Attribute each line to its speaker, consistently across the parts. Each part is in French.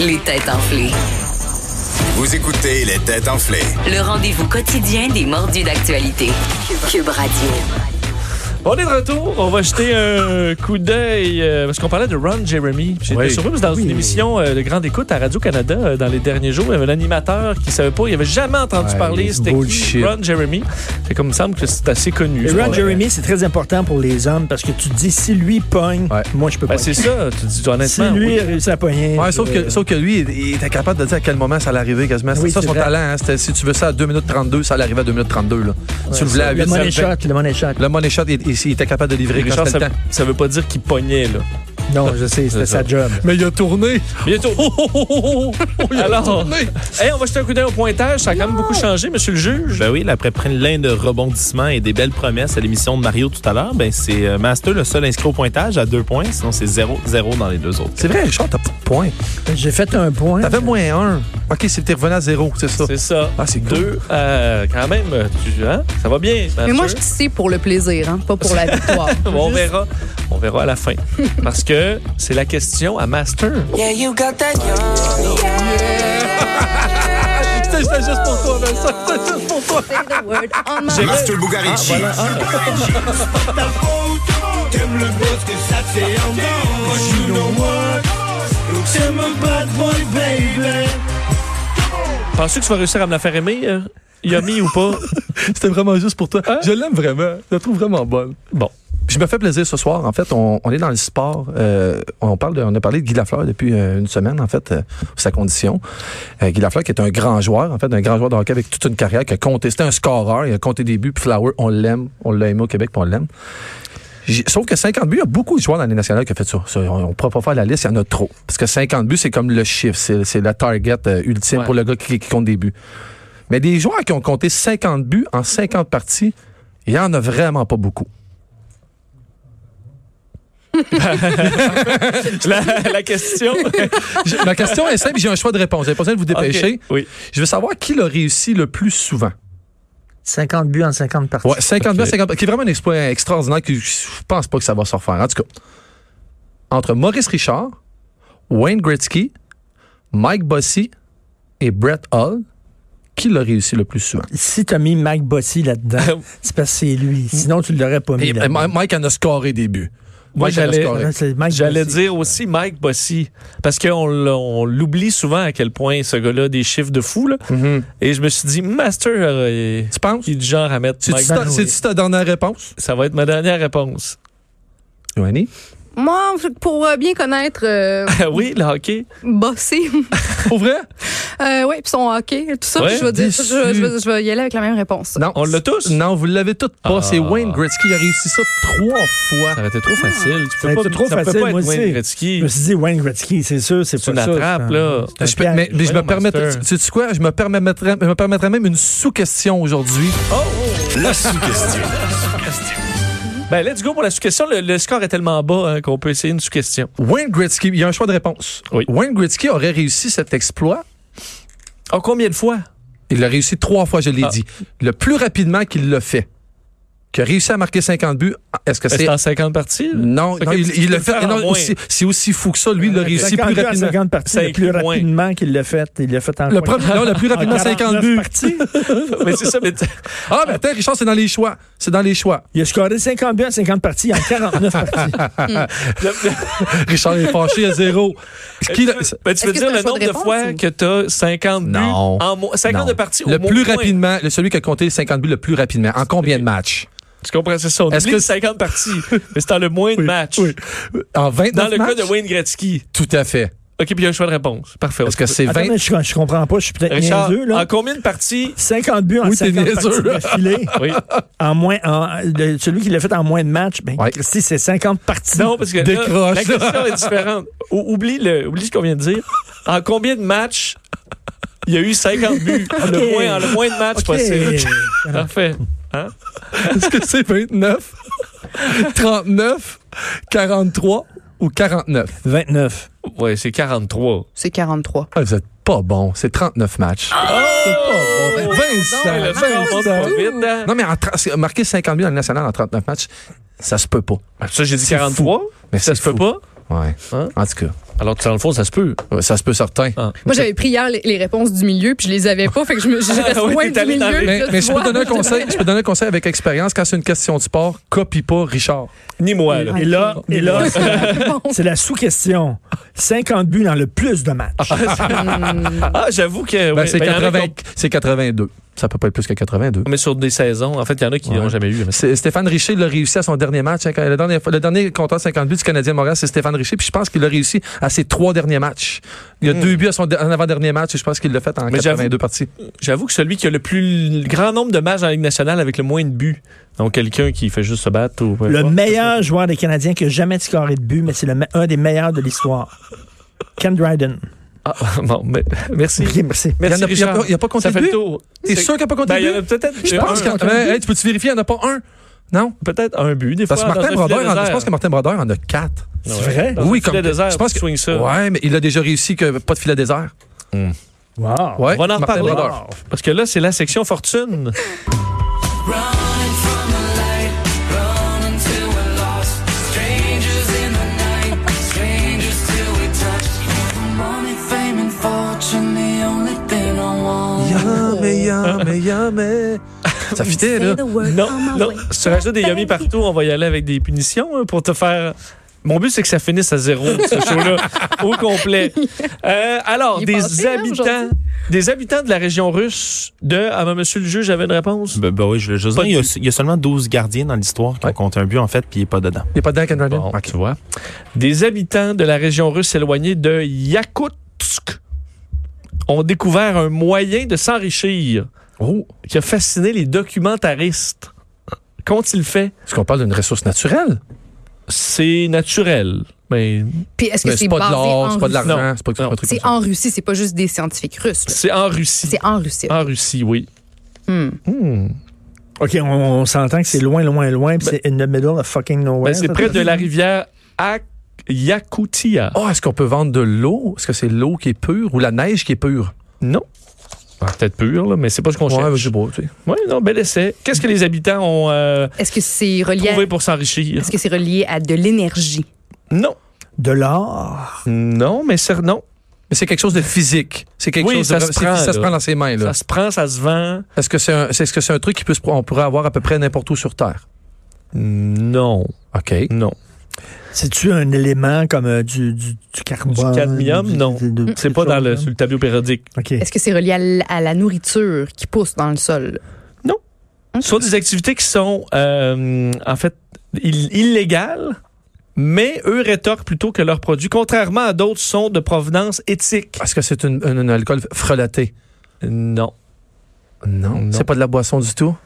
Speaker 1: Les têtes enflées.
Speaker 2: Vous écoutez les têtes enflées.
Speaker 1: Le rendez-vous quotidien des mordus d'actualité. Cube Radio.
Speaker 3: On est de retour. On va jeter un coup d'œil euh, parce qu'on parlait de Ron Jeremy. J'étais
Speaker 4: Oui.
Speaker 3: surpris parce que dans une émission euh, de grande écoute à Radio-Canada euh, dans les derniers jours, il y avait l'animateur qui savait pas, il avait jamais entendu
Speaker 4: Ouais,
Speaker 3: parler. C'était qui
Speaker 4: bullshit.
Speaker 3: Ron Jeremy. C'est comme il me semble que c'est assez connu.
Speaker 5: Et
Speaker 3: ça.
Speaker 5: Ron Jeremy, c'est très important pour les hommes parce que tu te dis si lui pogne,
Speaker 4: Ouais.
Speaker 5: moi je peux
Speaker 3: Ben,
Speaker 5: pas.
Speaker 3: c'est ça. Tu dis honnêtement.
Speaker 5: si lui
Speaker 3: oui.
Speaker 5: a réussi à pogner.
Speaker 4: Ouais,
Speaker 5: je-
Speaker 4: sauf, que, sauf que lui, il- il était capable de dire à quel moment ça allait arriver quasiment. C'était
Speaker 5: Oui,
Speaker 4: ça
Speaker 5: c'est
Speaker 4: son
Speaker 5: vrai.
Speaker 4: talent. hein. C'était, si tu veux ça à 2 minutes 32, ça allait arriver à 2 minutes 32. Là. si tu le voulais à 8
Speaker 5: le money
Speaker 4: ça allait-
Speaker 5: shot, le money shot.
Speaker 4: Le money shot, il, il- il était capable de livrer quand
Speaker 3: Richard,
Speaker 4: c'était
Speaker 3: ça,
Speaker 4: le temps.
Speaker 3: ça veut pas dire qu'il pognait, là.
Speaker 5: Non, je sais, c'était
Speaker 4: C'est ça.
Speaker 5: sa job.
Speaker 4: Mais il a tourné.
Speaker 3: Bientôt.
Speaker 4: Oh,
Speaker 3: Alors, hey, on va jeter un coup d'œil au pointage. Ça a quand même beaucoup changé, monsieur le juge.
Speaker 6: Ben oui, après plein de rebondissements et des belles promesses à l'émission de Mario tout à l'heure, ben c'est euh, Master le seul inscrit au pointage à deux points, sinon c'est 0-0 dans les deux autres.
Speaker 4: C'est vrai, Richard, t'as pas de points.
Speaker 5: J'ai fait un point.
Speaker 4: T'avais moins 1. OK, c'est t'es revenu à 0, c'est ça.
Speaker 3: C'est ça.
Speaker 4: Ah, c'est cool.
Speaker 3: Deux, euh, quand même, tu- hein, ça va bien.
Speaker 7: Mais moi, je
Speaker 3: Mathieu?
Speaker 7: suis ici pour le plaisir, hein, pas pour la victoire.
Speaker 3: on verra. On verra à la fin. Parce que c'est la question à Master.
Speaker 4: C'était c'était juste pour toi, ben ça. C'était juste pour toi.
Speaker 7: Say the word on my-
Speaker 2: Master Bugarici.
Speaker 6: Ah,
Speaker 3: Penses-tu que tu vas réussir à me la faire aimer, euh, Yummy ou pas? Hein?
Speaker 4: C'était vraiment juste pour toi. Je l'aime vraiment. Je la trouve vraiment bonne.
Speaker 3: Bon.
Speaker 4: Je me fais plaisir ce soir. En fait, on, on est dans le sport. Euh, on, parle de- on a parlé de Guy Lafleur depuis euh, une semaine, en fait, euh, sa condition. Euh, Guy Lafleur, qui est un grand joueur, en fait, un grand joueur de hockey avec toute une carrière, qui a compté. C'était un scoreur, il a compté des buts. Puis Flower, on l'aime. On l'a aimé au Québec, puis on l'aime. J'ai- Sauf que 50 buts, il y a beaucoup de joueurs dans les nationales qui ont fait ça. Ça, on ne pourra pas faire la liste, il y en a trop. Parce que 50 buts, c'est comme le chiffre, c'est c'est la target euh, ultime
Speaker 3: Ouais.
Speaker 4: pour le gars qui, qui compte des buts. Mais des joueurs qui ont compté 50 buts en 50 parties, il n'y en a vraiment pas beaucoup.
Speaker 3: La, la question?
Speaker 4: J'ai- Ma question est simple, j'ai un choix de réponse. J'ai pas besoin de vous dépêcher.
Speaker 3: Ok. Oui.
Speaker 4: Je veux savoir qui l'a réussi le plus souvent.
Speaker 5: 50 buts en 50 parties.
Speaker 4: Ouais, 50 buts, 50 qui est vraiment un exploit extraordinaire que je pense pas que ça va se refaire. En tout cas, entre Maurice Richard, Wayne Gretzky, Mike Bossy et Brett Hall, qui l'a réussi le plus souvent?
Speaker 5: Si t'as mis Mike Bossy là-dedans, c'est parce que c'est lui. Sinon, tu l'aurais pas mis.
Speaker 4: Et- et
Speaker 5: là-dedans.
Speaker 4: Ma- Mike en a scoré des buts.
Speaker 3: Moi,
Speaker 4: Mike en a
Speaker 3: j'allais-
Speaker 4: scoré.
Speaker 5: C'est Mike
Speaker 3: J'allais
Speaker 5: Bossy.
Speaker 3: dire aussi Mike Bossy. Parce qu'on l'- on l'oublie souvent à quel point ce gars-là a des chiffres de fou. là.
Speaker 5: Mm-hmm.
Speaker 4: Mhm.
Speaker 3: Et je me suis dit, Master, euh,
Speaker 4: Tu penses?
Speaker 3: il est du genre à mettre
Speaker 4: C'est-tu
Speaker 3: Mike
Speaker 4: ta,
Speaker 3: Bossy.
Speaker 4: c'est-tu ta dernière réponse?
Speaker 3: Ça va être ma dernière réponse.
Speaker 4: Joanie?
Speaker 7: Moi, pour euh, bien connaître euh,
Speaker 3: Ah oui, le hockey.
Speaker 7: Bossy,
Speaker 4: Pour vrai?
Speaker 7: euh, ouais, puis son hockey, tout ça,
Speaker 3: Ouais,
Speaker 7: je vais dire-
Speaker 4: déçu.
Speaker 7: je- je vais- je vais y aller avec la même réponse.
Speaker 4: Non.
Speaker 3: On l'a tous?
Speaker 4: Non, vous l'avez toutes pas.
Speaker 3: Ah.
Speaker 4: C'est Wayne Gretzky. Il a réussi ça trois fois.
Speaker 3: Ça aurait été trop facile. Tu
Speaker 5: Ça a
Speaker 3: peux pas,
Speaker 5: été trop
Speaker 3: ça
Speaker 5: facile,
Speaker 3: peut pas
Speaker 5: moi
Speaker 3: être Wayne
Speaker 5: aussi.
Speaker 3: Gretzky.
Speaker 5: Je me suis dit Wayne Gretzky, c'est sûr, c'est
Speaker 3: C'est
Speaker 5: pas
Speaker 3: une
Speaker 5: ça.
Speaker 3: attrape,
Speaker 5: c'est un-
Speaker 3: là.
Speaker 5: c'est un
Speaker 4: Je peux- mais, mais je me
Speaker 3: Voyons,
Speaker 4: permets,
Speaker 3: Master.
Speaker 4: tu sais quoi, je me permettrais, je me permettrais même une sous-question aujourd'hui.
Speaker 2: La sous-question.
Speaker 3: Ben, let's go pour la sous-question. Le, le score est tellement bas hein, qu'on peut essayer une sous-question.
Speaker 4: Wayne Gretzky, il y a un choix de réponse.
Speaker 3: Oui.
Speaker 4: Wayne Gretzky aurait réussi cet exploit.
Speaker 5: Oh,
Speaker 3: En combien de fois?
Speaker 4: Il l'a réussi trois fois, je l'ai
Speaker 3: Ah.
Speaker 4: dit. Le plus rapidement qu'il l'a fait. Qu'il a réussi à marquer 50 buts, est-ce que c'est.
Speaker 3: Ben, C'est en 50 parties? là?
Speaker 4: Non,
Speaker 3: Fait
Speaker 4: non,
Speaker 3: que
Speaker 4: il,
Speaker 3: tu
Speaker 4: il
Speaker 3: peux
Speaker 4: l'a
Speaker 3: le
Speaker 4: fait.
Speaker 3: faire en
Speaker 4: non,
Speaker 3: moins.
Speaker 4: aussi- c'est aussi fou que ça. Lui, il l'a réussi plus
Speaker 5: 50 buts en
Speaker 4: rapidement.
Speaker 5: 50 parties,
Speaker 3: Ça
Speaker 5: le plus
Speaker 3: inclut moins.
Speaker 5: rapidement qu'il l'a fait. Il l'a fait en
Speaker 4: Le,
Speaker 5: quoi?
Speaker 4: premier, non, le plus
Speaker 5: En
Speaker 4: rapidement, 50 buts.
Speaker 5: 49 parties.
Speaker 3: mais c'est ça, mais t-
Speaker 4: Ah, mais attends, Richard, c'est dans les choix. C'est dans les choix.
Speaker 5: Il a scoré 50 buts en 50 parties en 49 parties.
Speaker 4: Richard est fâché à zéro. Qui l'a-
Speaker 3: ben, tu veux
Speaker 7: Est-ce que
Speaker 3: dire
Speaker 7: c'est
Speaker 3: le
Speaker 7: un choix
Speaker 3: nombre
Speaker 7: de
Speaker 3: de
Speaker 7: réponse
Speaker 3: fois
Speaker 7: ou-
Speaker 3: que t'as 50 buts
Speaker 4: Non.
Speaker 3: en moins. 50
Speaker 4: Non.
Speaker 3: de parties
Speaker 4: Le
Speaker 3: au moins
Speaker 4: plus
Speaker 3: point.
Speaker 4: rapidement, le- celui qui a compté 50 buts le plus rapidement. En combien de matchs?
Speaker 3: Tu comprends, c'est ça. On Est-ce
Speaker 4: Est-ce que-
Speaker 3: que 50 parties, mais c'est dans le moins de matchs.
Speaker 4: Oui. En 29
Speaker 3: Dans le
Speaker 4: matchs?
Speaker 3: cas de Wayne Gretzky.
Speaker 4: Tout à fait.
Speaker 3: OK, puis il y a un choix de réponse. Parfait.
Speaker 4: Parce que c'est
Speaker 5: Attends,
Speaker 4: 20.
Speaker 5: mais je, je comprends pas, je suis peut-être
Speaker 3: Richard,
Speaker 5: niaiseux, là.
Speaker 3: en combien de parties?
Speaker 5: 50 buts en
Speaker 4: Oui, t'es
Speaker 5: 50
Speaker 4: niaiseux.
Speaker 5: parties d'affilée.
Speaker 3: Oui.
Speaker 5: en moins, en- le- celui qui l'a fait en moins de matchs, ben,
Speaker 4: Ouais.
Speaker 5: Christy, c'est 50 parties.
Speaker 3: Non, parce que là,
Speaker 4: Décroche.
Speaker 3: la question est différente. O- oublie, le, oublie ce qu'on vient de dire. en combien de matchs il y a eu 50 buts? Le, moins, le moins de matchs possible. Parfait. Hein?
Speaker 4: Est-ce que c'est 29, 39, 43 ou 49?
Speaker 5: 29.
Speaker 3: Ouais, c'est 43.
Speaker 7: C'est 43.
Speaker 4: Ah, vous êtes pas bon. C'est 39 matchs.
Speaker 3: Oh!
Speaker 4: c'est pas
Speaker 3: Ouais, le
Speaker 4: bon. Vincent,
Speaker 3: score monte
Speaker 4: Vincent.
Speaker 3: pas vite, hein?
Speaker 4: Non, mais en tra- marquer 50 buts dans le national en 39 matchs, ça se peut pas.
Speaker 3: Ça, j'ai dit
Speaker 4: C'est
Speaker 3: 43.
Speaker 4: Mais
Speaker 3: Ça
Speaker 4: c'est
Speaker 3: se peut
Speaker 4: fou.
Speaker 3: pas?
Speaker 4: Ouais.
Speaker 3: Hein?
Speaker 4: En tout cas,
Speaker 3: Alors, dans le fond, ça se peut.
Speaker 4: ouais, ça se peut certain.
Speaker 3: Ah.
Speaker 7: Moi, j'avais pris hier les, les réponses du milieu, puis je les avais pas, fait que je me je reste
Speaker 3: Ah oui,
Speaker 7: loin
Speaker 3: t'es
Speaker 7: du
Speaker 3: allé dans
Speaker 7: milieu.
Speaker 3: les-
Speaker 4: Mais,
Speaker 7: là, tu
Speaker 4: mais je peux
Speaker 7: vois.
Speaker 4: donner un conseil. Je peux donner un conseil avec expérience. Quand c'est une question de sport, copie pas Richard.
Speaker 3: Ni moi, là.
Speaker 5: Et là, et là c'est la- c'est la sous-question. 50 buts dans le plus de matchs. Hmm.
Speaker 3: Ah, j'avoue que.
Speaker 4: Ben,
Speaker 3: ouais,
Speaker 4: c'est
Speaker 3: ben, il y en a qui
Speaker 4: 80
Speaker 3: ont-
Speaker 4: c'est 82. Ça peut pas être plus que 82.
Speaker 3: Mais sur des saisons, en fait, il y en a qui
Speaker 4: Ouais.
Speaker 3: n'ont jamais eu. mais-
Speaker 4: C'est- Stéphane Richer l'a réussi à son dernier match. hein, quand- le, dernier, le dernier compteur 50 buts du Canadien de Montréal, c'est Stéphane Richer. Puis je pense qu'il l'a réussi à ses trois derniers matchs. Il y a deux buts à son de- en avant-dernier match et je pense qu'il l'a fait en
Speaker 3: Hmm. Mais j'avoue-
Speaker 4: 82 parties.
Speaker 3: J'avoue que celui qui a le plus grand nombre de matchs en Ligue nationale avec le moins de buts, donc quelqu'un qui fait juste se battre ou. peu
Speaker 5: Le
Speaker 3: importe.
Speaker 5: meilleur joueur des Canadiens qui a jamais scoré de but, mais c'est le me- un des meilleurs de l'histoire. Ken Dryden.
Speaker 3: Ah, bon, mais- merci.
Speaker 5: Ok, Merci.
Speaker 4: Il n'y
Speaker 3: Merci,
Speaker 4: a, il y a
Speaker 3: Richard.
Speaker 4: pas- il y a pas compté
Speaker 3: Ça fait
Speaker 4: de
Speaker 3: le
Speaker 4: but?
Speaker 3: tour.
Speaker 4: T'es
Speaker 3: C'est-
Speaker 4: sûr qu'il n'y a pas compté
Speaker 3: Ben, il y
Speaker 4: de
Speaker 3: en a
Speaker 4: but?
Speaker 3: peut-être.
Speaker 4: Je
Speaker 3: un-
Speaker 4: pense qu'il y en a- Hey, Tu peux-tu vérifier? Il n'y en a pas un? Non?
Speaker 3: Peut-être un but, des fois.
Speaker 4: Parce que Martin
Speaker 3: dans un filet
Speaker 4: Brodeur, en- je
Speaker 3: désert.
Speaker 4: pense que Martin Brodeur en a quatre.
Speaker 5: C'est vrai?
Speaker 3: Dans un
Speaker 4: Oui,
Speaker 3: filet
Speaker 4: comme-
Speaker 3: désert,
Speaker 4: je pense
Speaker 3: tu
Speaker 4: que-
Speaker 3: swings ça.
Speaker 4: Ouais, mais il a déjà réussi que pas de filet désert.
Speaker 5: Wow.
Speaker 4: Ouais,
Speaker 3: On va en
Speaker 4: Martin
Speaker 3: reparler.
Speaker 4: Brodeur.
Speaker 3: Parce que là, c'est la section fortune.
Speaker 4: Yamé, yamé, yamé. Ça fitait, là.
Speaker 3: Non, non. Si tu rajoutes des yummy partout, on va y aller avec des punitions hein, pour te faire. Mon but, c'est que ça finisse à zéro, ce show-là, au complet. Euh, alors,
Speaker 7: Il est
Speaker 3: des
Speaker 7: passé, hein,
Speaker 3: habitants.
Speaker 7: aujourd'hui?
Speaker 3: Des habitants de la région russe de. Ah, ben, monsieur le juge, j'avais une réponse.
Speaker 6: Ben, ben oui, je l'ai juste
Speaker 3: Pas
Speaker 6: dit. Il y, a, il y a seulement 12 gardiens dans l'histoire qui
Speaker 4: Ouais.
Speaker 6: ont compté un but, en fait, puis il n'est pas dedans.
Speaker 4: Il n'y a pas de Duncan Ryder.
Speaker 3: Bon, tu vois. Ben, Des habitants de la région russe éloignée de Yakoutsk ont découvert un moyen de s'enrichir
Speaker 4: Oh,
Speaker 3: qui a fasciné les documentaristes. Qu'ont-ils fait?
Speaker 4: est-ce qu'on parle d'une ressource naturelle?
Speaker 3: C'est naturel. Ben, Mais
Speaker 7: Puis est-ce
Speaker 4: Mais
Speaker 7: que c'est
Speaker 4: c'est pas de
Speaker 7: basé
Speaker 4: l'or,
Speaker 7: en
Speaker 4: c'est pas de
Speaker 7: Russie? Mmh.
Speaker 4: l'argent, c'est pas c'est pas un truc comme
Speaker 7: C'est
Speaker 4: ça.
Speaker 7: en Russie, c'est pas juste des scientifiques russes. là.
Speaker 3: c'est en Russie.
Speaker 7: C'est en Russie.
Speaker 4: Ah.
Speaker 3: En Russie, oui.
Speaker 7: Hmm.
Speaker 5: OK, on, on s'entend que c'est loin, loin, loin, puis c'est in the middle of fucking nowhere.
Speaker 3: Ben, c'est près de la rivière Ak- Yakoutia.
Speaker 4: Oh, est-ce qu'on peut vendre de l'eau? Est-ce que c'est l'eau qui est pure ou la neige qui est pure?
Speaker 3: Non. Ah, Peut-être pur, là, mais c'est pas ce qu'on
Speaker 4: Ouais,
Speaker 3: cherche.
Speaker 4: je sais pas, tu sais.
Speaker 3: Oui, non, bel essai. Qu'est-ce que les habitants ont euh,
Speaker 7: Est-ce que c'est relié, à...
Speaker 3: trouvé pour s'enrichir?
Speaker 7: est-ce que c'est relié à de l'énergie?
Speaker 3: Non.
Speaker 5: De l'or.
Speaker 3: Non, mais c'est... Non.
Speaker 4: Mais c'est quelque chose de physique. C'est quelque
Speaker 3: Oui,
Speaker 4: chose
Speaker 3: ça
Speaker 4: de,
Speaker 3: se
Speaker 4: c'est-
Speaker 3: prend,
Speaker 4: ça se
Speaker 3: là.
Speaker 4: prend dans ses mains, là.
Speaker 3: Ça se prend, ça se vend.
Speaker 4: Est-ce que c'est un, est-ce que c'est un truc qui peut se- on pourrait avoir à peu près n'importe où sur Terre?
Speaker 3: Non.
Speaker 4: OK.
Speaker 3: Non.
Speaker 5: C'est-tu un élément comme euh, du, du, du carbone?
Speaker 3: Du cadmium, non.
Speaker 5: de-
Speaker 3: C'est pas dans le, sur le tableau périodique.
Speaker 5: OK.
Speaker 7: Est-ce que c'est relié à l- à la nourriture qui pousse dans le sol?
Speaker 3: Ce sont des activités qui sont, euh, en fait, ill- illégales, mais eux rétorquent plutôt que leurs produits, contrairement à d'autres, sont de provenance éthique.
Speaker 4: Est-ce que c'est une- un- un alcool frelaté?
Speaker 3: Non.
Speaker 4: Non.
Speaker 3: Non.
Speaker 4: C'est pas de la boisson du tout?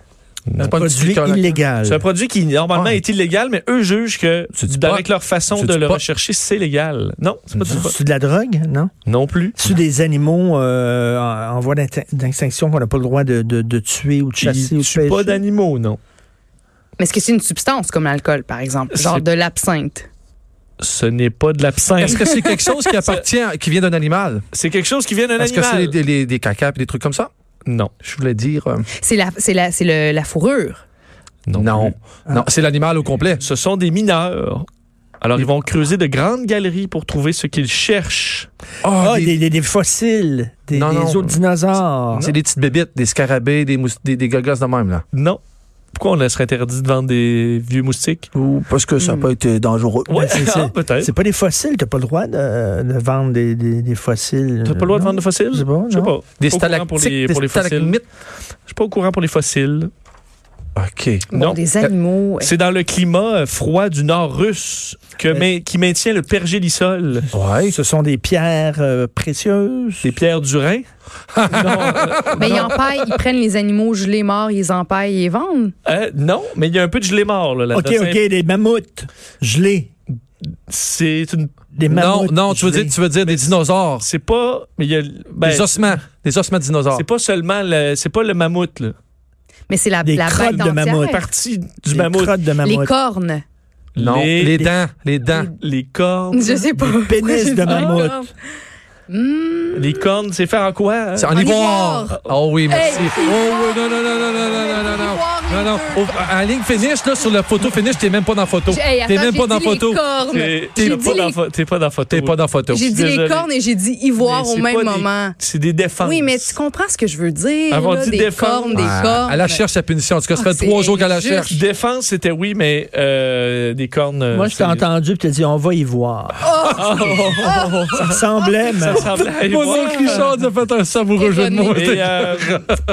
Speaker 4: C'est pas
Speaker 5: Un
Speaker 4: une
Speaker 5: produit
Speaker 4: liqueur-
Speaker 5: illégal.
Speaker 3: C'est un produit qui normalement
Speaker 4: Ouais.
Speaker 3: est illégal, mais eux jugent que
Speaker 4: C'est du pot.
Speaker 3: avec leur façon
Speaker 4: C'est
Speaker 3: de
Speaker 4: du
Speaker 3: le
Speaker 4: pot.
Speaker 3: rechercher, c'est légal. Non, c'est pas du pot.
Speaker 5: C'est de la drogue, non?
Speaker 3: Non plus.
Speaker 5: C'est des animaux euh, en, en voie d'inti- d'extinction qu'on n'a pas le droit de, de- de tuer ou de chasser
Speaker 3: Ils
Speaker 5: ou de
Speaker 3: tuent pas
Speaker 5: pêcher?
Speaker 3: d'animaux, non.
Speaker 7: Mais est-ce que c'est une substance comme l'alcool, par exemple? Genre
Speaker 3: C'est-
Speaker 7: de l'absinthe?
Speaker 3: Ce n'est pas de l'absinthe.
Speaker 4: Est-ce que c'est quelque chose qui appartient, qui vient d'un animal?
Speaker 3: C'est quelque chose qui vient d'un
Speaker 4: Est-ce que c'est
Speaker 3: animal.
Speaker 4: des, des, des cacas et des trucs comme ça?
Speaker 3: Non.
Speaker 4: Je voulais dire. euh,
Speaker 7: C'est la, c'est la, c'est le- la fourrure.
Speaker 4: non.
Speaker 3: Non
Speaker 4: Non, c'est l'animal au complet.
Speaker 3: Ce sont des mineurs. Alors, ils vont creuser de grandes galeries pour trouver ce qu'ils cherchent.
Speaker 4: Ah,
Speaker 5: Ah,
Speaker 4: des-
Speaker 5: des, des- des fossiles, des,
Speaker 4: Non,
Speaker 5: des
Speaker 4: non.
Speaker 5: autres dinosaures.
Speaker 4: C'est des petites bébites, des scarabées, des, mous- des, des gogosses de même, là.
Speaker 3: Non. Pourquoi on serait interdit de vendre des vieux moustiques?
Speaker 4: Ou parce que ça peut être dangereux.
Speaker 3: Hmm. Ouais,
Speaker 5: Ben, c'est-
Speaker 3: ah,
Speaker 5: c'est-
Speaker 3: peut-être.
Speaker 5: C'est pas des fossiles, t'as pas le droit de, de vendre des, des- des fossiles.
Speaker 3: T'as pas le droit de vendre de fossiles?
Speaker 5: Je sais pas,
Speaker 3: Je sais
Speaker 5: non.
Speaker 3: pas.
Speaker 4: Des
Speaker 3: Pas au courant
Speaker 4: stalactites,
Speaker 3: pour les,
Speaker 4: des
Speaker 3: pour les fossiles.
Speaker 4: stalagmites.
Speaker 3: Je suis pas au courant pour les fossiles.
Speaker 4: OK.
Speaker 7: Bon,
Speaker 3: Non.
Speaker 7: des animaux. euh,
Speaker 3: C'est dans le climat euh, froid du nord russe que main- qui maintient le pergélisol.
Speaker 4: Ouais.
Speaker 5: Ce sont des pierres euh, précieuses.
Speaker 3: Des pierres du Rhin.
Speaker 7: Mais ben, ils empaillent, ils prennent les animaux gelés morts, ils les empaillent et les vendent.
Speaker 3: Euh, non, mais il y a un peu de gelée mort là, là
Speaker 5: OK, OK, des mammouths gelés.
Speaker 3: c'est une.
Speaker 5: Des
Speaker 4: Non,
Speaker 5: mammouths
Speaker 4: non, tu veux
Speaker 5: gelés.
Speaker 4: dire, tu veux dire des dinosaures.
Speaker 3: C'est pas. Mais il y a. ben,
Speaker 4: des ossements. Des ossements de dinosaures.
Speaker 3: c'est pas seulement le. C'est pas le mammouth, là.
Speaker 7: Mais c'est la,
Speaker 5: Des
Speaker 7: la bête
Speaker 5: crottes de
Speaker 7: entière.
Speaker 5: mammouth.
Speaker 3: Partie du
Speaker 5: Des
Speaker 3: mammouth.
Speaker 5: crottes de
Speaker 7: Les
Speaker 5: mammouth.
Speaker 7: cornes.
Speaker 4: Non, les,
Speaker 3: les,
Speaker 4: dents. Les dents.
Speaker 3: les cornes.
Speaker 7: Je sais pas.
Speaker 5: pénis de mammouth.
Speaker 7: Hmm.
Speaker 3: Les cornes, c'est faire en quoi? hein?
Speaker 4: C'est en,
Speaker 7: En
Speaker 4: ivoire.
Speaker 7: ivoire.
Speaker 4: Oh oui, merci.
Speaker 7: Hey,
Speaker 4: oh oui, non, non, non, non, non, non, non, non, non. Non, non. Au- en ligne finish, là, sur la photo finish, t'es même pas dans la photo.
Speaker 7: Hey,
Speaker 4: T'es
Speaker 7: attends,
Speaker 4: même
Speaker 7: j'ai
Speaker 4: pas dans la
Speaker 7: dit les
Speaker 4: photo.
Speaker 7: cornes.
Speaker 3: T'es
Speaker 7: J'ai
Speaker 3: t'es
Speaker 7: dit
Speaker 3: pas, dans
Speaker 7: les-
Speaker 3: pho- t'es pas dans la photo.
Speaker 4: T'es pas dans la photo.
Speaker 7: J'ai dit les
Speaker 3: Désolé.
Speaker 7: cornes et j'ai dit ivoire
Speaker 3: Mais
Speaker 7: au
Speaker 3: c'est
Speaker 7: même
Speaker 3: pas des-
Speaker 7: moment.
Speaker 3: C'est des défenses.
Speaker 7: Oui, mais tu comprends ce que je veux dire.
Speaker 3: Avant
Speaker 7: là,
Speaker 3: dit
Speaker 7: des
Speaker 3: défendre.
Speaker 7: cornes, des
Speaker 4: Ah,
Speaker 7: cornes.
Speaker 4: Elle la cherche, sa punition. En tout cas, ça
Speaker 7: Ah,
Speaker 4: fait trois
Speaker 7: c'est
Speaker 4: jours qu'elle la
Speaker 7: injuste.
Speaker 4: cherche.
Speaker 3: Défense, c'était oui, mais euh, des cornes. euh,
Speaker 5: Moi, je t'ai
Speaker 3: c'est-
Speaker 5: entendu et t'as dit, on va y voir.
Speaker 3: Oh, oh,
Speaker 7: Ah!
Speaker 3: oh, oh.
Speaker 5: Ça semblait, mais...
Speaker 3: Ça ressemble à
Speaker 4: Mon
Speaker 3: ivoire.
Speaker 4: oncle Richard nous a fait un savoureux jeu de mots.
Speaker 3: Ah, ben, Et, euh,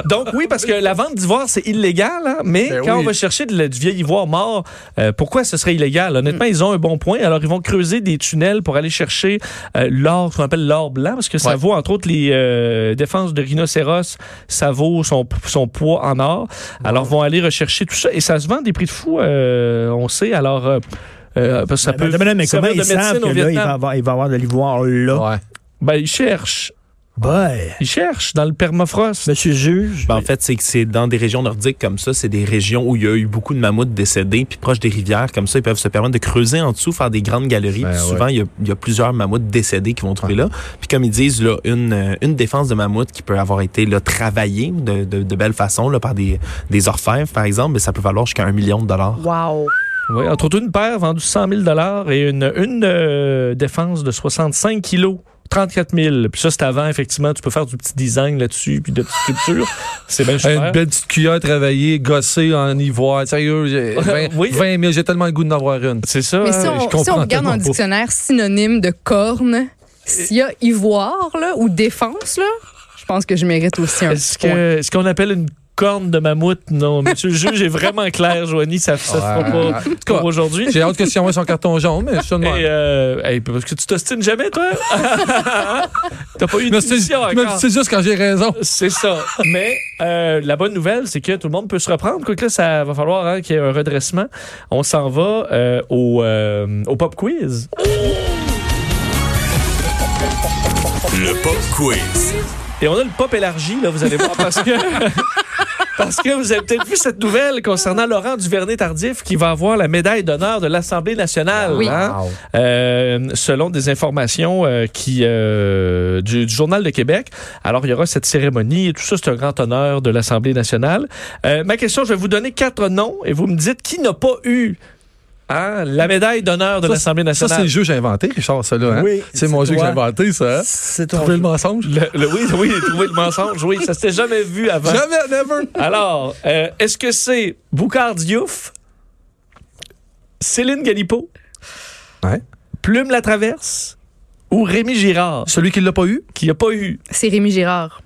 Speaker 3: donc oui, parce que la vente d'ivoire, c'est illégal, hein, mais
Speaker 4: Ben
Speaker 3: quand
Speaker 4: oui.
Speaker 3: on va chercher de la- du vieil ivoire mort, euh, pourquoi ce serait illégal? Honnêtement, ils ont un bon point. Alors, ils vont creuser des tunnels pour aller chercher euh, l'or, ce qu'on appelle l'or blanc, parce que ça
Speaker 4: Ouais.
Speaker 3: vaut, entre autres, les euh, défenses de rhinocéros, ça vaut son, son poids en or. Alors, vont aller rechercher tout ça. Et ça se vend des prix de fou, euh, on sait. Alors, euh, euh, parce que ça
Speaker 5: Mais,
Speaker 3: peut
Speaker 5: madame, Ben, mais comment
Speaker 3: servir de
Speaker 5: ils savent
Speaker 3: médecine
Speaker 5: que
Speaker 3: au
Speaker 5: là, il va
Speaker 3: Vietnam.
Speaker 5: avoir, il va avoir de l'ivoire là?
Speaker 4: Ouais.
Speaker 3: Ben, ils cherchent.
Speaker 5: Boy!
Speaker 3: Ils cherchent dans le permafrost.
Speaker 5: Monsieur le juge,
Speaker 6: Ben, en fait, c'est que c'est dans des régions nordiques comme ça, c'est des régions où il y a eu beaucoup de mammouths décédés, puis proche des rivières comme ça, ils peuvent se permettre de creuser en dessous, faire des grandes galeries.
Speaker 4: Ben
Speaker 6: puis
Speaker 4: ouais.
Speaker 6: souvent, il y, a, il y a plusieurs mammouths décédés qui vont trouver là. Puis comme ils disent, là, une, euh, une défense de mammouth qui peut avoir été là, travaillée de, de, de belle façon là, par des, des orfèvres, par exemple, mais ça peut valoir jusqu'à un million de dollars.
Speaker 7: Wow.
Speaker 3: Oui, entre autres, une paire vendue 100 000 et une, une euh, défense de 65 kilos. 34 000. Puis ça, c'est avant, effectivement, tu peux faire du petit design là-dessus, puis de petites sculptures. C'est bien
Speaker 4: Une
Speaker 3: super.
Speaker 4: belle petite cuillère travaillée, gossée en ivoire. Sérieux, j'ai 20,
Speaker 3: Oui.
Speaker 4: 20 000. J'ai tellement le goût d'en avoir une.
Speaker 3: C'est ça.
Speaker 7: Mais
Speaker 3: hein.
Speaker 7: si
Speaker 4: je
Speaker 7: on,
Speaker 4: comprends
Speaker 7: si on regarde
Speaker 4: tellement
Speaker 7: dans le
Speaker 4: pas.
Speaker 7: dictionnaire synonyme de corne, s'il y a ivoire là, ou défense, là, je pense que je mérite aussi un
Speaker 3: Est-ce
Speaker 7: petit point.
Speaker 3: que ce qu'on appelle une corne de mammouth? Non, monsieur le juge est vraiment clair, Joanie, ça ne se fera
Speaker 4: Ouais.
Speaker 3: pas comme aujourd'hui.
Speaker 4: J'ai hâte que si on voit son carton jaune, mais je suis de même.
Speaker 3: Et, euh, hey, parce que tu t'ostines jamais, toi? T'as pas eu
Speaker 4: Mais
Speaker 3: de
Speaker 4: c'est-
Speaker 3: mission
Speaker 4: mais
Speaker 3: encore.
Speaker 4: c'est juste quand j'ai raison.
Speaker 3: C'est ça. Mais euh, la bonne nouvelle, c'est que tout le monde peut se reprendre. Quoique là, ça va falloir hein, qu'il y ait un redressement. On s'en va euh, au, euh, au pop quiz.
Speaker 2: Le Pop Quiz.
Speaker 3: Et on a le pop élargi, là, vous allez voir, parce que. Parce que vous avez peut-être vu cette nouvelle concernant Laurent Duvernay-Tardif qui va avoir la médaille d'honneur de l'Assemblée nationale.
Speaker 7: Oui.
Speaker 3: hein?
Speaker 4: Wow.
Speaker 3: Euh, selon des informations euh, qui euh, du, du Journal de Québec. Alors, il y aura cette cérémonie et tout ça, c'est un grand honneur de l'Assemblée nationale. Euh, ma question, je vais vous donner quatre noms et vous me dites qui n'a pas eu hein, la médaille d'honneur de
Speaker 4: Ça,
Speaker 3: l'Assemblée
Speaker 4: Ça, c'est le
Speaker 3: nationale.
Speaker 4: jeu que j'ai inventé, Richard, ça, là. Hein?
Speaker 5: Oui,
Speaker 4: c'est
Speaker 5: c'est
Speaker 4: mon jeu que
Speaker 5: toi.
Speaker 4: j'ai inventé, ça. Hein?
Speaker 5: c'est ton
Speaker 4: Trouver le
Speaker 5: jeu.
Speaker 4: mensonge?
Speaker 3: Le- le- oui, oui, trouver le mensonge, oui, ça s'était jamais vu avant.
Speaker 4: Jamais, never.
Speaker 3: Alors, euh, est-ce que c'est Boucard Diouf, Céline Galipo,
Speaker 4: Ouais.
Speaker 3: Plume la Traverse ou Rémi Girard,
Speaker 4: Celui qui l'a pas eu?
Speaker 3: qui n'a pas eu
Speaker 7: C'est Rémi Girard.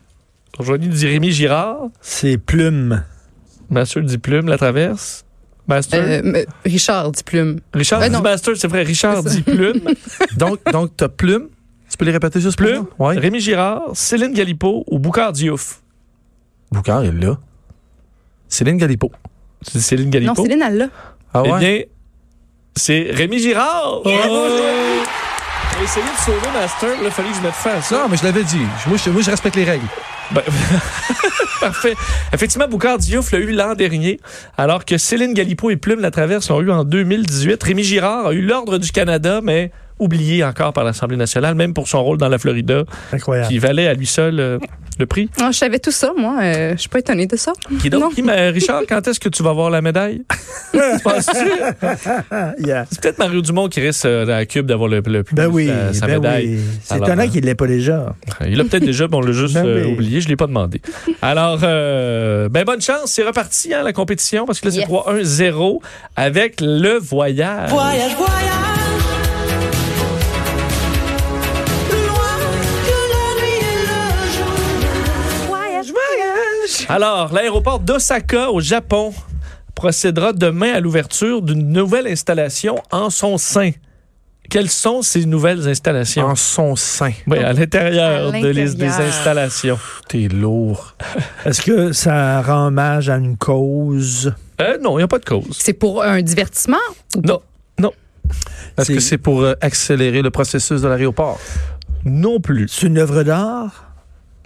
Speaker 3: Aujourd'hui, dit Rémi Girard.
Speaker 5: C'est plume.
Speaker 3: Master dit Plume, La Traverse. Master.
Speaker 7: Euh, mais- Richard Duplume.
Speaker 3: Richard
Speaker 7: ben
Speaker 3: dit
Speaker 7: non.
Speaker 3: Master, c'est vrai. Richard dit Plume.
Speaker 4: Donc, donc t'as Plume. Tu peux les répéter juste
Speaker 3: Plume,
Speaker 4: pour moi? Ouais.
Speaker 3: Rémi Girard, Céline Galipo ou Boucard Diouf.
Speaker 4: Boucard, il l'a. Céline Galipo.
Speaker 3: Tu dis Céline
Speaker 7: Non,
Speaker 3: Galipo.
Speaker 7: Céline, elle l'a.
Speaker 4: Ah
Speaker 3: Eh
Speaker 4: ouais? Oh!
Speaker 3: bien, c'est Rémi Girard. Bravo, Joanie. J'ai essayé de sauver Master, là, il fallait que je mette fin à ça.
Speaker 4: Non, mais je l'avais dit. Je- Moi je, moi, je respecte les règles.
Speaker 3: Ben, parfait. Effectivement, Boucard Diouf l'a eu l'an dernier, alors que Céline Galipo et Plume La Traverse l'ont eu en 2018. Rémi Girard a eu l'Ordre du Canada, mais oublié encore par l'Assemblée nationale, même pour son rôle dans la Florida,
Speaker 5: Incroyable.
Speaker 3: qui valait à lui seul euh, le prix.
Speaker 7: Non, Ah, je savais tout ça, moi. Euh, je suis pas étonnée de ça.
Speaker 3: Qui donc? Qui, mais, Richard, quand est-ce que tu vas voir la médaille? Tu penses-tu?
Speaker 5: Yeah.
Speaker 3: C'est peut-être Mario Dumont qui risque euh, à la cube d'avoir le, le plus
Speaker 5: Ben oui,
Speaker 3: euh, sa
Speaker 5: ben
Speaker 3: médaille.
Speaker 5: oui. C'est
Speaker 3: Alors,
Speaker 5: étonnant
Speaker 3: euh,
Speaker 5: qu'il ne l'ait pas déjà.
Speaker 3: Il l'a peut-être déjà, mais on l'a juste
Speaker 5: Ben
Speaker 3: euh,
Speaker 5: oui.
Speaker 3: oublié. Je ne l'ai pas demandé. Alors, euh, ben bonne chance. C'est reparti, hein, la compétition, parce que là, c'est
Speaker 7: Yes.
Speaker 3: 3-1-0 avec le voyage.
Speaker 8: Voyage, voyage, loin que la nuit et le jour. Voyage, voyage.
Speaker 3: Alors, l'aéroport d'Osaka, au Japon, procédera demain à l'ouverture d'une nouvelle installation en son sein. Quelles sont ces nouvelles installations?
Speaker 4: En son sein.
Speaker 3: Oui, à l'intérieur
Speaker 7: À
Speaker 3: de les- des
Speaker 7: l'intérieur.
Speaker 3: installations.
Speaker 4: Pff, T'es lourd.
Speaker 5: Est-ce que ça rend hommage à une cause?
Speaker 3: Euh, non, il n'y a pas de cause.
Speaker 7: C'est pour un divertissement?
Speaker 3: Non. Non.
Speaker 4: Est-ce que c'est pour euh, accélérer le processus de l'aéroport?
Speaker 3: Non plus.
Speaker 5: C'est une œuvre d'art?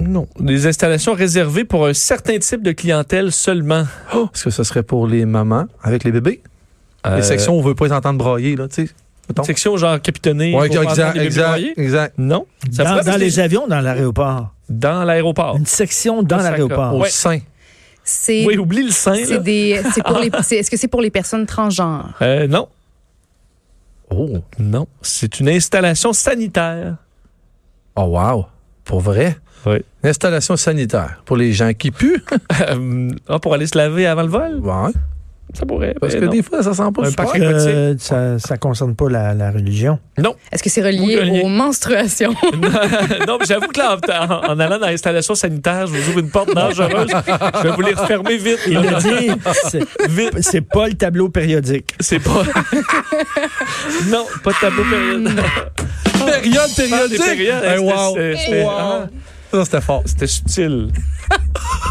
Speaker 3: Non. Des installations réservées pour un certain type de clientèle seulement.
Speaker 4: Oh, Est-ce que ce serait pour les mamans avec les bébés?
Speaker 3: Euh,
Speaker 4: Les sections où on veut pas les entendre brailler, là, tu sais. mettons.
Speaker 3: Section genre capitonnée.
Speaker 4: Ouais,
Speaker 3: pour pas entendre les
Speaker 4: exact,
Speaker 3: bébés
Speaker 4: exact,
Speaker 3: brailler?
Speaker 4: exact.
Speaker 3: Non. Ça
Speaker 5: dans
Speaker 3: pourrait
Speaker 5: dans
Speaker 3: être
Speaker 5: les avions, dans l'aéroport.
Speaker 3: dans l'aéroport.
Speaker 5: Une section dans
Speaker 3: Osaka.
Speaker 5: l'aéroport.
Speaker 4: Au
Speaker 3: Oh. Ouais.
Speaker 4: sein.
Speaker 7: C'est
Speaker 3: Oui, oublie le sein.
Speaker 7: c'est
Speaker 3: là.
Speaker 7: des c'est pour les c'est- est-ce que c'est pour les personnes transgenres
Speaker 3: Euh, non.
Speaker 4: Oh.
Speaker 3: Non. C'est une installation sanitaire.
Speaker 4: Oh, wow. Pour vrai?
Speaker 3: Oui.
Speaker 4: Une installation sanitaire pour les gens qui puent.
Speaker 3: Euh, ah, pour aller se laver avant le vol?
Speaker 4: Ouais,
Speaker 3: Ça pourrait.
Speaker 4: parce
Speaker 3: mais
Speaker 4: que
Speaker 3: Eh non.
Speaker 4: des fois, ça sent pas
Speaker 3: Un
Speaker 4: super.
Speaker 3: paquet-
Speaker 5: Euh, ça ne concerne pas la, la religion.
Speaker 7: Est-ce que c'est
Speaker 3: Oui,
Speaker 7: relié
Speaker 3: relié.
Speaker 7: aux menstruations
Speaker 3: non, mais j'avoue que là, en, en allant dans l'installation sanitaire, je vous ouvre une porte dangereuse. Je vais vous les refermer vite.
Speaker 5: Il
Speaker 3: là.
Speaker 5: l'a dit, c'est-
Speaker 3: Vite.
Speaker 5: c'est pas le tableau périodique.
Speaker 3: C'est pas. non, pas de tableau période. Ah.
Speaker 4: Période périodique.
Speaker 3: Des périodes,
Speaker 4: Hey,
Speaker 3: c'était-
Speaker 4: wow.
Speaker 3: c'était- c'était-
Speaker 4: Wow.
Speaker 3: ah,
Speaker 4: Ça, c'était fort.
Speaker 3: C'était subtil.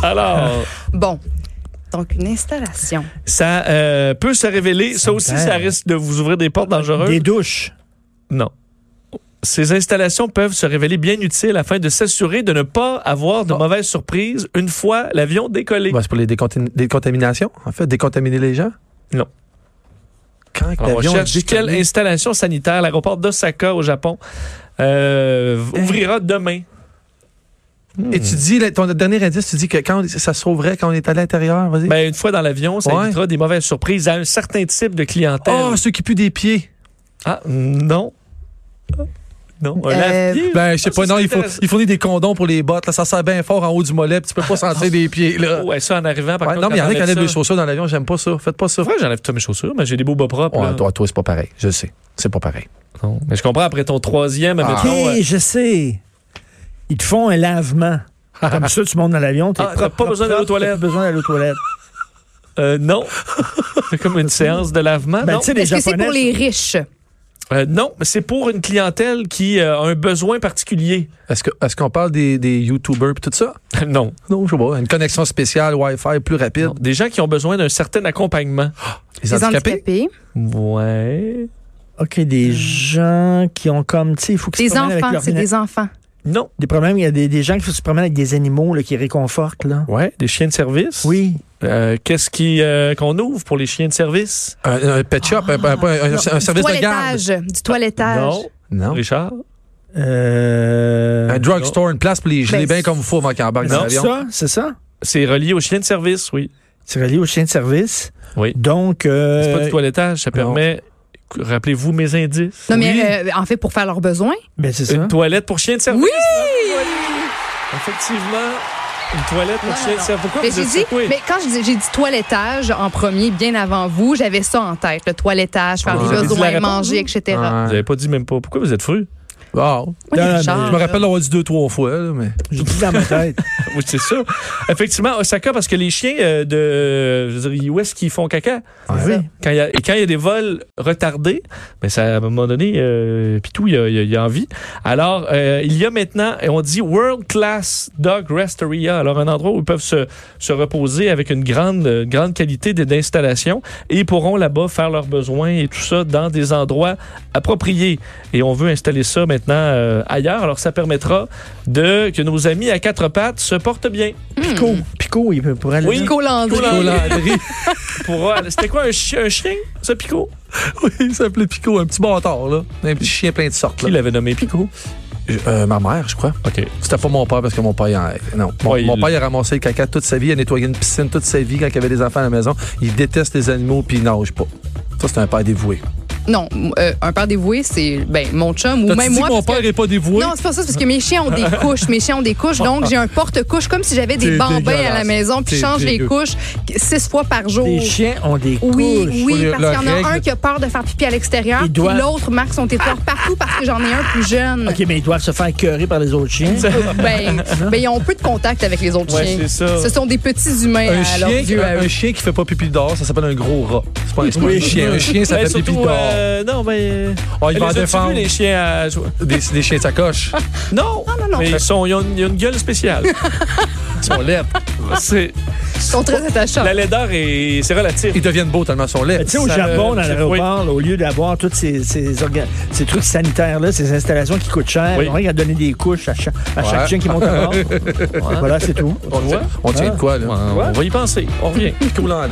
Speaker 3: Alors,
Speaker 7: Bon. Donc une installation.
Speaker 3: ça euh, peut se révéler. Ça aussi, ça risque de vous ouvrir des portes dangereuses.
Speaker 5: Des douches.
Speaker 3: Non. Ces installations peuvent se révéler bien utiles afin de s'assurer de ne pas avoir de mauvaises surprises une fois l'avion décollé.
Speaker 4: Ben, c'est pour les décontin- décontaminations, en fait, décontaminer les gens.
Speaker 3: Non.
Speaker 4: Quand
Speaker 3: Alors, on
Speaker 4: l'avion
Speaker 3: cherche quelle
Speaker 4: décolle-
Speaker 3: installation sanitaire l'aéroport d'Osaka au Japon euh, v- ouvrira demain. Hmm.
Speaker 4: Et tu dis, là, ton dernier indice, tu dis que quand on- ça se sauverait quand on est à l'intérieur, vas-y.
Speaker 3: Ben, une fois dans l'avion, ça
Speaker 4: Ouais.
Speaker 3: évitera des mauvaises surprises à un certain type de clientèle.
Speaker 4: oh, ceux qui puent des pieds.
Speaker 3: Ah, non. Ah, Non, un
Speaker 7: Euh,
Speaker 3: lave-pied?
Speaker 4: Ben, je sais
Speaker 3: Ah,
Speaker 4: pas,
Speaker 3: ça,
Speaker 4: non,
Speaker 3: c'est
Speaker 4: il faut,
Speaker 3: intéressant.
Speaker 4: il fournit des condoms pour les bottes, là, ça sert bien fort en haut du mollet, puis tu peux pas sentir des pieds, là.
Speaker 3: Oh, Ouais, ça en arrivant, par
Speaker 4: Ouais,
Speaker 3: contre,
Speaker 4: non, mais il y en a
Speaker 3: quand
Speaker 4: qui enlèvent
Speaker 3: t'enlèves
Speaker 4: les
Speaker 3: ça-
Speaker 4: chaussures dans l'avion, j'aime pas ça. Faites pas ça.
Speaker 3: C'est vrai, j'enlève toutes mes chaussures, mais j'ai des beaux bas propres. là.
Speaker 4: Ouais, toi, toi, c'est pas pareil. Je sais. C'est pas pareil.
Speaker 3: Non, Mais je comprends, après ton troisième,
Speaker 4: Ah.
Speaker 5: OK,
Speaker 3: admettons, euh,
Speaker 5: je sais. Ils te font un lavement. Comme ça, tu montes dans l'avion, t'es
Speaker 3: Ah, t'as pas besoin d'aller aux toilettes.
Speaker 5: Pas besoin d'aller aux toilettes.
Speaker 3: euh, non. C'est comme une séance de lavement.
Speaker 5: Ben,
Speaker 3: non.
Speaker 5: tu sais, les
Speaker 7: Ah, Est-ce que c'est
Speaker 5: Japonais,
Speaker 7: pour les riches
Speaker 3: Euh, non, mais c'est pour une clientèle qui euh, a un besoin particulier.
Speaker 4: Est-ce que- est-ce qu'on parle des, des YouTubers pis tout ça?
Speaker 3: non.
Speaker 4: Non, je sais pas. Une connexion spéciale, Wi-Fi plus rapide.
Speaker 3: Non. Des gens qui ont besoin d'un certain accompagnement.
Speaker 4: Les
Speaker 7: Les
Speaker 4: handicapés?
Speaker 7: handicapés,
Speaker 3: Ouais.
Speaker 5: OK, des gens qui ont comme, tu sais, il faut qu'ils se
Speaker 7: des
Speaker 5: promènent avec
Speaker 7: Hmm. enfants,
Speaker 5: leurs
Speaker 7: c'est
Speaker 5: lunettes.
Speaker 7: des enfants.
Speaker 3: Non.
Speaker 5: Des problèmes, il y a des, des gens qui se promènent avec des animaux là, qui réconfortent. Là.
Speaker 3: Ouais, des chiens de service.
Speaker 5: Oui.
Speaker 3: Euh, Qu'est-ce qui euh, qu'on ouvre pour les chiens de service?
Speaker 4: Un, un pet shop, un, un- un- un- un
Speaker 7: Du
Speaker 4: service de garde.
Speaker 7: Ah, toilettage, du toilettage.
Speaker 3: Non.
Speaker 4: Non.
Speaker 3: Richard?
Speaker 5: Euh,
Speaker 4: Un drugstore, une place pour les geler
Speaker 7: Ben,
Speaker 4: bien comme il faut avant qu'ils embarquent dans
Speaker 3: Non.
Speaker 5: C'est
Speaker 4: l'avion.
Speaker 5: ça, c'est ça.
Speaker 3: C'est relié aux chiens de service, oui.
Speaker 5: C'est relié aux chiens de service.
Speaker 3: Oui.
Speaker 5: Donc, euh,
Speaker 3: C'est pas du toilettage, ça permet... Rappelez-vous mes indices.
Speaker 7: Non,
Speaker 3: Oui.
Speaker 7: mais euh, en fait, pour faire leurs besoins.
Speaker 5: ben, c'est
Speaker 3: Une
Speaker 5: ça.
Speaker 3: toilette pour chien de service.
Speaker 7: Oui!
Speaker 3: Effectivement, une toilette pour
Speaker 7: Non,
Speaker 3: chien
Speaker 7: non,
Speaker 3: de
Speaker 7: non.
Speaker 3: service. Pourquoi
Speaker 7: Mais
Speaker 3: vous
Speaker 7: j'ai
Speaker 3: dites
Speaker 7: dit,
Speaker 3: ça? Oui.
Speaker 7: mais quand je dis- j'ai dit toilettage en premier, bien avant vous, j'avais ça en tête, le toilettage, faire
Speaker 4: Ah,
Speaker 7: des
Speaker 4: vous avez
Speaker 3: dit la
Speaker 7: besoins,
Speaker 3: réponse,
Speaker 7: manger, etc.
Speaker 4: Ah.
Speaker 3: Vous avez pas dit même pas. Pourquoi vous êtes fru?
Speaker 4: Wow.
Speaker 7: Oui,
Speaker 5: Non, non, mais
Speaker 7: Richard.
Speaker 4: Ah. Euh,
Speaker 3: Ah.
Speaker 4: Je me rappelle l'avoir dit deux, trois fois, là, mais.
Speaker 5: J'ai dit dans ma tête.
Speaker 3: Oui, c'est ça. Effectivement, Osaka, parce que les chiens euh, de. Je veux dire, où est-ce qu'ils font caca?
Speaker 5: Ah
Speaker 7: ça.
Speaker 5: oui.
Speaker 3: Quand il y a, et quand il y a des vols retardés, mais ça, à un moment donné, euh, Pitou, il y a, il y a- il y a envie. Alors, euh, il y a maintenant, et on dit World Class Dog Rest Area. Alors, un endroit où ils peuvent se, se reposer avec une grande, euh, grande qualité d- d'installation et ils pourront là-bas faire leurs besoins et tout ça dans des endroits appropriés. Et on veut installer ça maintenant euh, ailleurs. Alors, ça permettra de que nos amis à quatre pattes se portent bien.
Speaker 5: Pico, Pico, il peut- pourrait aller.
Speaker 3: Oui.
Speaker 5: là.
Speaker 7: Nico Landry.
Speaker 3: Nico Landry.
Speaker 4: Landry.
Speaker 3: Pour, euh, c'était quoi, un, chi- un chien, ça, Pico?
Speaker 4: oui, il s'appelait Pico, un petit bâtard, là. Un petit chien plein de sortes,
Speaker 3: Qui
Speaker 4: là.
Speaker 3: l'avait nommé Pico?
Speaker 4: Euh, ma mère, je crois.
Speaker 3: OK.
Speaker 4: C'était pas mon père parce que mon père, il en- non. Mon,
Speaker 3: Ouais, il-
Speaker 4: mon père, il a ramassé le caca toute sa vie, il a nettoyé une piscine toute sa vie quand il y avait des enfants à la maison. Il déteste les animaux puis il nage pas. Ça, c'est un père dévoué.
Speaker 7: Non, euh, un père dévoué, c'est ben, mon chum ou
Speaker 4: T'as-tu
Speaker 7: même
Speaker 4: dit
Speaker 7: moi.
Speaker 4: que mon
Speaker 7: parce que-
Speaker 4: père est pas dévoué?
Speaker 7: Non, c'est pas ça, c'est parce que mes chiens ont des couches. Mes chiens ont des couches, donc j'ai un porte-couche, comme si j'avais
Speaker 4: C'est
Speaker 7: des bambins à la
Speaker 4: dégueulasse.
Speaker 7: maison, puis je
Speaker 4: C'est
Speaker 7: change les
Speaker 4: dégueu.
Speaker 7: couches six fois par jour.
Speaker 5: Les chiens ont des
Speaker 7: Oui,
Speaker 5: couches.
Speaker 7: oui,
Speaker 4: Faut
Speaker 7: parce
Speaker 4: leur
Speaker 7: qu'il y en a un
Speaker 4: règle.
Speaker 7: qui a peur de faire pipi à l'extérieur,
Speaker 5: Ils
Speaker 7: puis
Speaker 5: doivent-
Speaker 7: l'autre marque son territoire partout parce que j'en ai un plus jeune.
Speaker 5: OK, mais ils doivent se faire cueurer par les autres chiens.
Speaker 7: Ben, ben, ils ont peu de contact avec les autres
Speaker 3: Ouais,
Speaker 7: chiens.
Speaker 3: c'est ça.
Speaker 7: Ce sont des petits humains
Speaker 4: Un
Speaker 7: à leurs
Speaker 4: chien,
Speaker 7: yeux. à
Speaker 4: un,
Speaker 7: eux.
Speaker 4: un chien qui fait pas pipi dehors, ça s'appelle un gros rat. C'est pas, un- c'est pas un chien. Un chien, ça
Speaker 3: Ouais,
Speaker 4: fait pipi
Speaker 3: ben, surtout,
Speaker 4: dehors.
Speaker 3: euh, non, mais.
Speaker 4: Oh, il
Speaker 3: Les
Speaker 4: va en
Speaker 3: as-tu
Speaker 4: défendre.
Speaker 3: vu, les chiens à-
Speaker 4: Des, des chiens de sacoche.
Speaker 3: Non!
Speaker 7: Ah, Non, non, non.
Speaker 3: Mais ils, sont, ils, ont une, ils ont une gueule spéciale.
Speaker 4: Ils sont laids.
Speaker 3: C'est-
Speaker 7: Ils sont très attachants.
Speaker 3: La laideur, est- c'est relatif.
Speaker 4: Ils deviennent beaux tellement ils sont
Speaker 5: Mais
Speaker 4: laids.
Speaker 5: Tu sais, au
Speaker 3: Ça,
Speaker 5: Japon, dans
Speaker 3: euh,
Speaker 5: l'aéroport, là, au lieu d'avoir tous ces, ces, orga- ces trucs sanitaires-là, ces installations qui coûtent cher,
Speaker 3: Oui.
Speaker 5: on rien qu'à donner des couches à, cha- à chaque
Speaker 4: Ouais.
Speaker 5: chien qui monte à bord. Voilà, c'est tout.
Speaker 4: On,
Speaker 3: vois?
Speaker 4: tient- on tient de quoi, là?
Speaker 3: On va y penser. On revient.
Speaker 4: Cool, André.